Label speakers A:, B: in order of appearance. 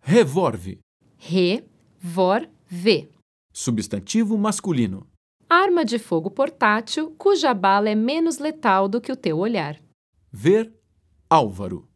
A: Revolve.
B: Revolver.
A: Substantivo masculino.
B: Arma de fogo portátil cuja bala é menos letal do que o teu olhar.
A: Ver Álvaro.